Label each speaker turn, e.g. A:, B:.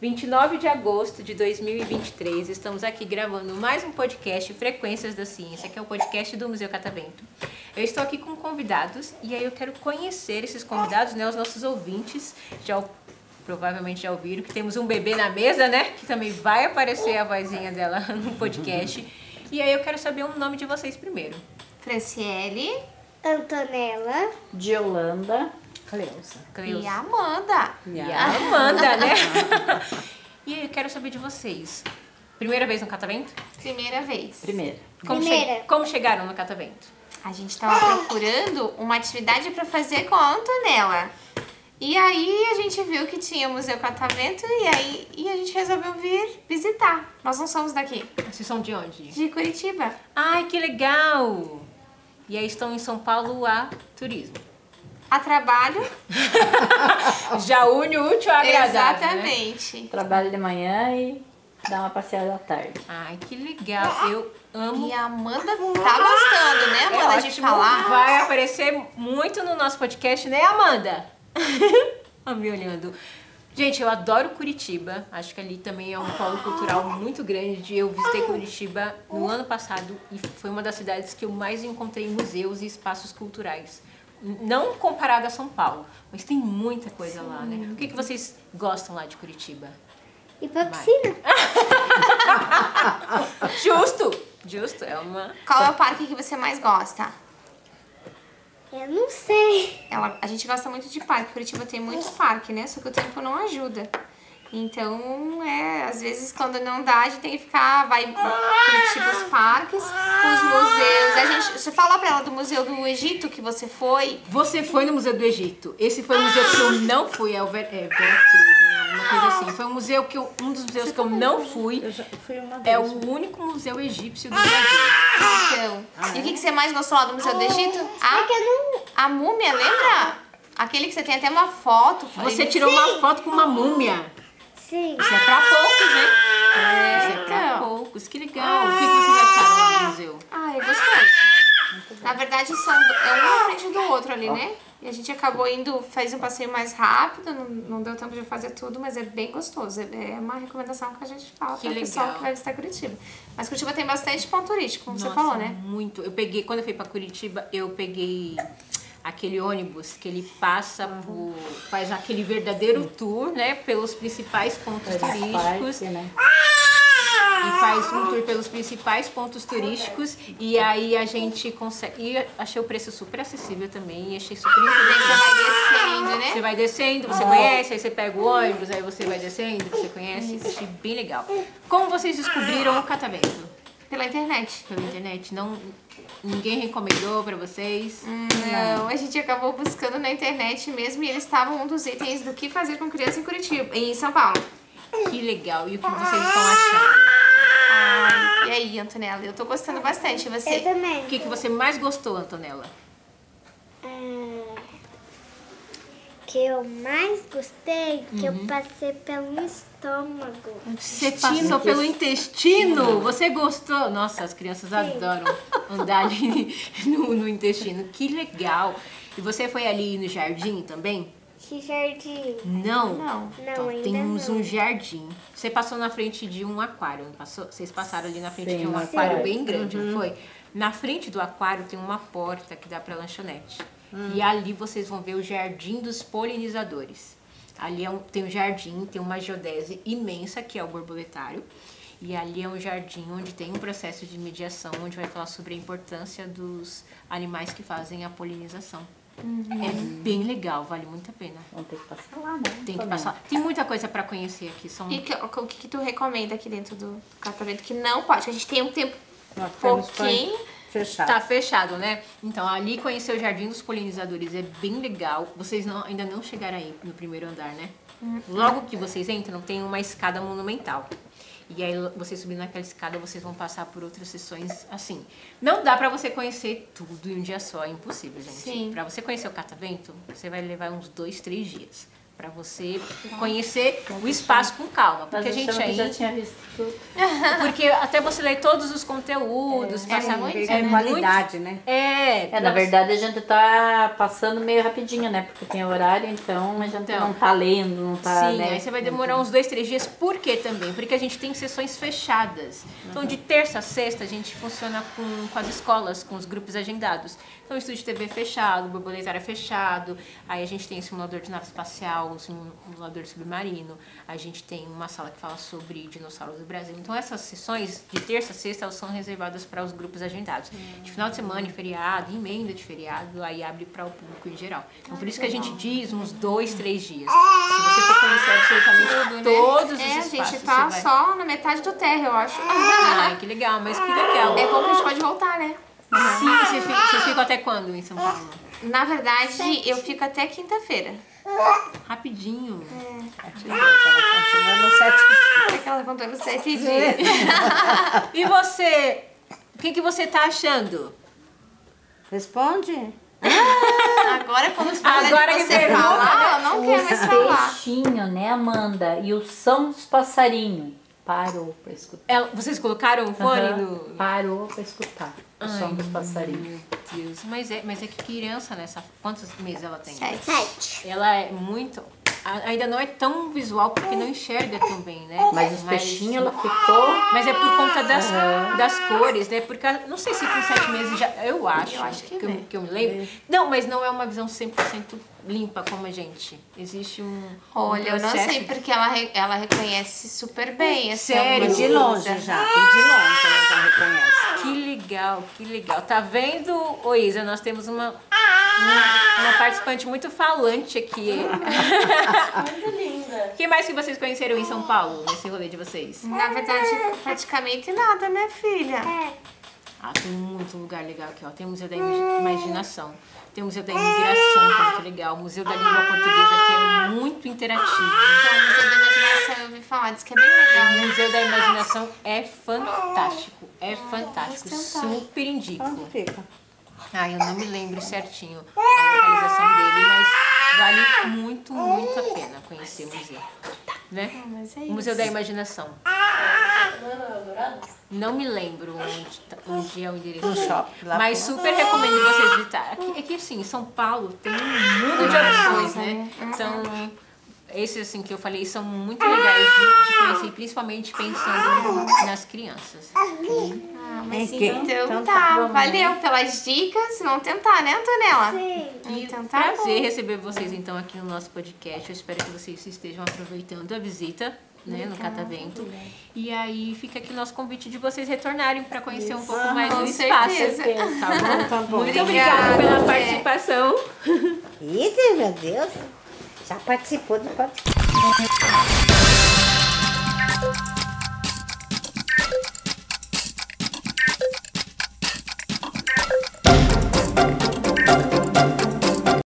A: 29 de agosto de 2023, estamos aqui gravando mais um podcast Frequências da Ciência, que é o podcast do Museu Catavento. Eu estou aqui com convidados e aí eu quero conhecer esses convidados, né, os nossos ouvintes. Já o- provavelmente já ouviram que temos um bebê na mesa, né, que também vai aparecer a vozinha dela no podcast. E aí eu quero saber o nome de vocês primeiro.
B: Franciele
C: Antonella.
D: de Holanda. Cleusa.
A: Cleusa.
B: e Amanda.
A: E a Amanda, né? e aí eu quero saber de vocês. Primeira vez no Catavento?
B: Primeira vez.
D: Primeira.
A: Como, che-
C: Primeira.
A: como chegaram no Catavento?
B: A gente tava procurando uma atividade pra fazer com a Antonella. E aí a gente viu que tinha Museu Catavento e aí e a gente resolveu vir visitar. Nós não somos daqui,
A: Vocês são de onde?
B: de Curitiba.
A: Ai, que legal! E aí estão em São Paulo a turismo.
B: A trabalho,
A: Já une o útil ao agradável, né?
B: exatamente.
D: Trabalho de manhã e dá uma passeada à tarde.
A: Ai, que legal! Eu amo.
B: E a Amanda tá gostando, né,
A: É
B: Amanda, de
A: ótimo.
B: falar?
A: Vai aparecer muito no nosso podcast, né, Amanda? Ó, me olhando. Gente, eu adoro Curitiba. Acho que ali também é um polo cultural muito grande. Eu visitei Curitiba no ano passado e foi uma das cidades que eu mais encontrei museus e espaços culturais. Não comparado a São Paulo, mas tem muita coisa lá, né? O que, que vocês gostam lá de Curitiba?
C: E pra piscina.
A: Justo! Justo, é uma.
B: Qual é o parque que você mais gosta?
C: Eu não sei.
B: Ela- a gente gosta muito de parque. Curitiba tem muito parque, né? Só que o tempo não ajuda. Então, é, às vezes quando não dá, a gente tem que ficar, vai Curitiba os parques, os museus. A gente, você fala pra ela do Museu do Egito que você foi.
A: Você foi no Museu do Egito. Esse foi um museu que eu não fui, é o Ver, é, Vera Cruz, né? Uma coisa assim. Foi um museu que eu, um dos museus que eu não fui.
D: Eu já fui uma vez.
A: É o único museu egípcio do Brasil.
B: Então, e o que, que você mais gostou lá do Museu do Egito?
C: É que
B: A,
C: eu não.
B: a múmia, lembra? Aquele que você tem até uma foto. foi-
A: Você tirou uma foto com uma múmia.
C: Sim.
A: Isso é pra poucos, hein? É, isso é pra
B: Então.
A: poucos. Que legal. O que que vocês acharam lá do museu?
B: Ai, Ah, é gostoso. Na verdade, são é um na frente do outro ali, né? E a gente acabou indo, fez um passeio mais rápido, não, não deu tempo de fazer tudo, mas é bem gostoso. É, é uma recomendação que a gente fala
A: Que
B: para o pessoal
A: legal.
B: que vai visitar Curitiba. Mas Curitiba tem bastante ponto turístico, como você
A: Nossa,
B: falou, né?
A: Muito. Eu peguei, quando eu fui pra Curitiba, eu peguei aquele ônibus que ele passa por. faz aquele verdadeiro tour, né? Pelos principais pontos turísticos.
D: Parque, né?
A: e faz um tour pelos principais pontos turísticos e aí a gente consegue. E achei o preço super acessível também, e achei super
B: Daí você
A: interessante.
B: vai descendo,
A: Ah! Você
B: né?
A: vai descendo, Ah! você conhece, aí você pega o ônibus, aí você vai descendo, você conhece. Achei bem legal. Como vocês descobriram o catavento?
B: Pela internet.
A: Pela internet? Não, ninguém recomendou pra vocês?
B: Não, Então, a gente acabou buscando na internet mesmo e eles estavam um dos itens do que fazer com criança em Curitiba, em São Paulo.
A: Que legal. E o que vocês estão achando?
B: Ai, e aí, Antonella? Eu tô gostando bastante. E
C: Eu
B: você?
C: também.
A: O que, que você mais gostou, Antonella?
C: Ah, que eu mais gostei, que eu passei pelo estômago.
A: Você passou pelo intestino? Você gostou? Nossa, as crianças adoram andar ali no, no intestino. Que legal! E você foi ali no jardim também?
C: Que jardim.
A: Não.
B: Não.
C: Não, ainda
A: temos
C: não.
A: um jardim. Você passou na frente de um aquário, não passou? Vocês passaram ali na frente
D: Sim,
A: de um
D: um
A: aquário
D: aquário.
A: bem grande, não foi? Na frente do aquário tem uma porta que dá pra lanchonete. E ali vocês vão ver o jardim dos polinizadores. Ali é um- tem um jardim, tem uma geodese imensa que é o borboletário. E ali é um jardim onde tem um processo de mediação, onde vai falar sobre a importância dos animais que fazem a polinização. É bem legal, vale muito a pena.
D: Vamos ter que passar lá, né?
A: Tem que
D: Também.
A: passar. Tem muita coisa pra conhecer aqui. São...
B: E que- o que, que tu recomenda aqui dentro do catavento que não pode? Que a gente tem um tempo
D: Nós
A: um
D: temos que
B: pouquinho. né?
D: Fechado.
A: Tá fechado, né? Então, ali conhecer o Jardim dos Polinizadores é bem legal. Vocês não, ainda não chegaram aí no primeiro andar, né? Logo que vocês entram, tem uma escada monumental. E aí, lo- vocês subindo naquela escada, vocês vão passar por outras sessões assim. Não dá pra você conhecer tudo em um dia só, é impossível, gente.
B: Sim.
A: Pra você conhecer o Catavento, você vai levar uns dois, três dias. Pra você conhecer o espaço com calma.
D: Nós
A: Porque a gente
D: achamos que já
A: ainda.
D: tinha visto tudo.
A: Porque até você lê todos os conteúdos,
B: É,
A: passa
B: é
A: muito.
B: muito,
E: É
B: né?
E: qualidade, né?
A: É,
D: É,
A: pra
D: na
A: você-
D: verdade a gente tá passando meio rapidinho, né? Porque tem horário, então a gente
A: Então.
D: não tá lendo, não tá.
A: Sim,
D: né?
A: aí você vai demorar uns dois, três dias. Por quê também? Porque a gente tem sessões fechadas. Então, de terça a sexta, a gente funciona com, com as escolas, com os grupos agendados. Então, o estúdio de TV é fechado, o borboletário é fechado, aí a gente tem o simulador de nave espacial, o simulador submarino, a gente tem uma sala que fala sobre dinossauros do Brasil. Então, essas sessões de terça a sexta, elas são reservadas para os grupos agendados. De final de semana, de feriado, emenda de feriado, aí abre para o público em geral. Então, por isso que a gente diz uns dois, três dias. Se você for conhecer absolutamente
B: né?
A: todos
B: é,
A: os espaços,
B: a gente tá
A: você vai...
B: só na metade do térreo, eu acho.
A: Ai, que legal, mas que legal.
B: É bom que a gente pode voltar, né?
A: Sim, vocês fi- vocês ficam até quando em São Paulo?
B: Na verdade, eu fico até quinta-feira.
A: Rapidinho.
E: Ela continua no sete.
B: É que ela levantou nos sete dias.
A: E você? O que, que você tá achando?
E: Responde.
B: Agora, quando os fala
A: Agora
B: de
A: que
B: você
A: pergunta,
B: falar, eu não quero mais falar.
A: tá
D: Peixinho, né, Amanda? E o som dos passarinhos. Parou pra escutar.
A: Ela- É, vocês colocaram o fone
D: Aham,
A: no.
D: Parou pra escutar o som dos passarinhos.
A: Meu Deus. Mas é, mas é que criança nessa. Quantos meses ela tem?
B: Sete.
C: Sete.
A: Ela é muito. a- Ainda não é tão visual porque não enxerga tão bem, né?
D: Mas os peixinhos, ela ficou.
A: Mas é por conta das, das cores, né? Porque não sei se com sete meses já. Eu acho.
B: Eu acho que
A: eu,
B: vê.
A: que eu me lembro. Não, mas não é uma visão 100% limpa como a gente. Existe um. um
B: Olha, eu não
A: processo
B: sei, porque ela, re- ela reconhece super bem. Assim,
A: É Sério?
E: E
B: algumas
E: de longe
B: coisas.
E: já. E de longe ela já reconhece.
A: Que legal, que legal. Tá vendo, ô Isa? Nós temos uma, uma, uma participante muito falante aqui.
D: Muito linda.
A: Quem mais que vocês conheceram em São Paulo, nesse rolê de vocês?
B: Na verdade, praticamente nada, né, filha?
C: É,
A: Ah, tem muito lugar legal aqui, ó. Tem o Museu da Ima- Imaginação, tem o Museu da Imigração, que é muito legal, o Museu da Língua Portuguesa, que é muito interativo.
B: Então, o Museu da Imaginação, eu ouvi falar, diz que é bem legal,
A: O
B: né?
A: um Museu da Imaginação é fantástico, é fantástico, super indico.
E: Onde fica?
A: Ah, eu não me lembro certinho a localização dele, mas vale muito, muito a pena conhecer o museu, né?
B: Mas é
A: O
B: isso. Ah!
A: Museu da Imaginação. Não me lembro onde, tá- onde é o endereço. dele.
E: shopping lá
A: mas super recomendo vocês visitar. Aqui, é que assim, São Paulo tem um mundo de
B: Ah,
A: opções, né? Então, esses assim que eu falei são muito legais de, de conhecer, principalmente pensando nas crianças.
B: Ah, mas
E: É que-
B: então,
E: então
B: tá,
E: tá bom, né?
B: valeu pelas dicas. Vamos tentar, né, Antonella?
C: sim.
B: Então tá
A: Prazer receber vocês então aqui no nosso podcast. Eu espero que vocês estejam aproveitando a visita. Né, no Catavento. E aí fica aqui o nosso convite de vocês retornarem para conhecer um pouco mais
B: Com
A: do espaço.
B: certeza.
A: Tá bom?
E: Tá bom.
A: Muito obrigada
B: Obrigada,
A: pela
B: Zé.
A: participação.
E: Ih, meu Deus. Já participou do podcast.
B: bom.